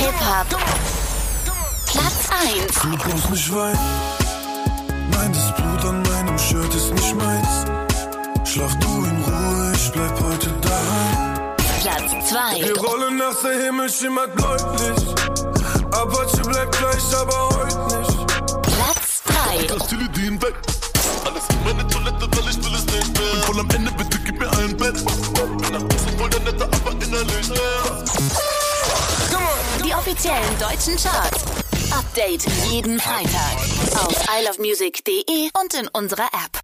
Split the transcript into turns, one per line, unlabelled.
Hip-Hop. Platz 1.
Du kommst nicht weit. Nein, das Blut an meinem Shirt ist nicht meins. Schlaf du in Ruhe, ich bleib heute daheim.
Platz 2.
Wir rollen nach der Himmel schimmert bläulich. Apache bleibt gleich, aber heute nicht.
Platz 3.
Das Tilly, die hinweg. Alles in meine Toilette, weil ich will es nicht mehr. Bin voll am Ende, bitte gib mir ein Bett. Bin nach außen voll der Nette, aber innerlich leer.
Die offiziellen deutschen Charts. Update jeden Freitag auf isleofmusic.de und in unserer App.